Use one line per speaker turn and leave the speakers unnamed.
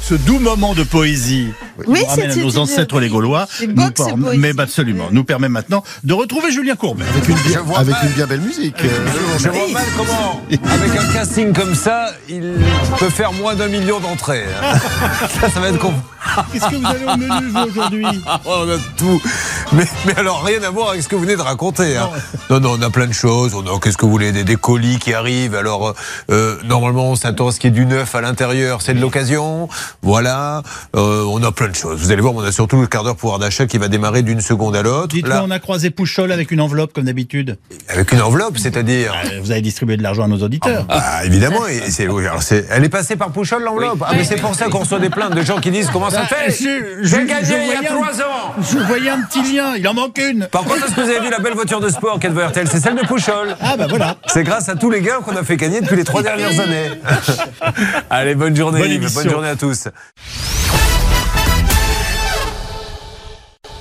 Ce doux moment de poésie
Oui,
nous ramène à
c'est-
nos
c'est-
ancêtres les Gaulois,
C'est beau
nous
que c'est
permet-
poésie.
mais absolument, nous permet maintenant de retrouver Julien Courbet.
Avec une
Je
bien,
vois
avec
mal.
une bien belle musique. euh,
Je vois mal comment, avec un casting comme ça, il peut faire moins d'un million d'entrées. hein. Ça, ça va être con.
Qu'est-ce que vous avez au menu vous, aujourd'hui
Ah, on a tout. Mais, mais alors, rien à voir avec ce que vous venez de raconter. hein. Non, non, on a plein de choses. On a, qu'est-ce que vous voulez des, des colis qui arrivent. Alors, euh, euh, normalement, on s'attend à ce qu'il y ait du neuf à l'intérieur. C'est de l'occasion. Voilà. Euh, on a plein de choses. Vous allez voir, mais on a surtout le quart d'heure pouvoir d'achat qui va démarrer d'une seconde à l'autre.
Dites-moi,
Là,
on a croisé Pouchol avec une enveloppe comme d'habitude.
avec une enveloppe, c'est-à-dire.
Euh, Vous avez distribué de l'argent à nos auditeurs.
Ah, évidemment, et c'est, oui, alors c'est- elle est passée par Pouchol l'enveloppe. Ah, mais c'est pour ça qu'on reçoit des plaintes de gens qui disent comment
Ah,
ça fait. J'ai gagné il y a trois ans.
Je voyais un petit lien, il en manque une.
Par contre, est-ce que vous avez vu la belle voiture de sport qu'elle veut RTL C'est celle de Pouchol.
Ah bah voilà.
C'est grâce à tous les gars qu'on a fait gagner depuis les trois dernières années. Allez, bonne journée.
Bonne
Yves.
émission.
bonne journée à tous.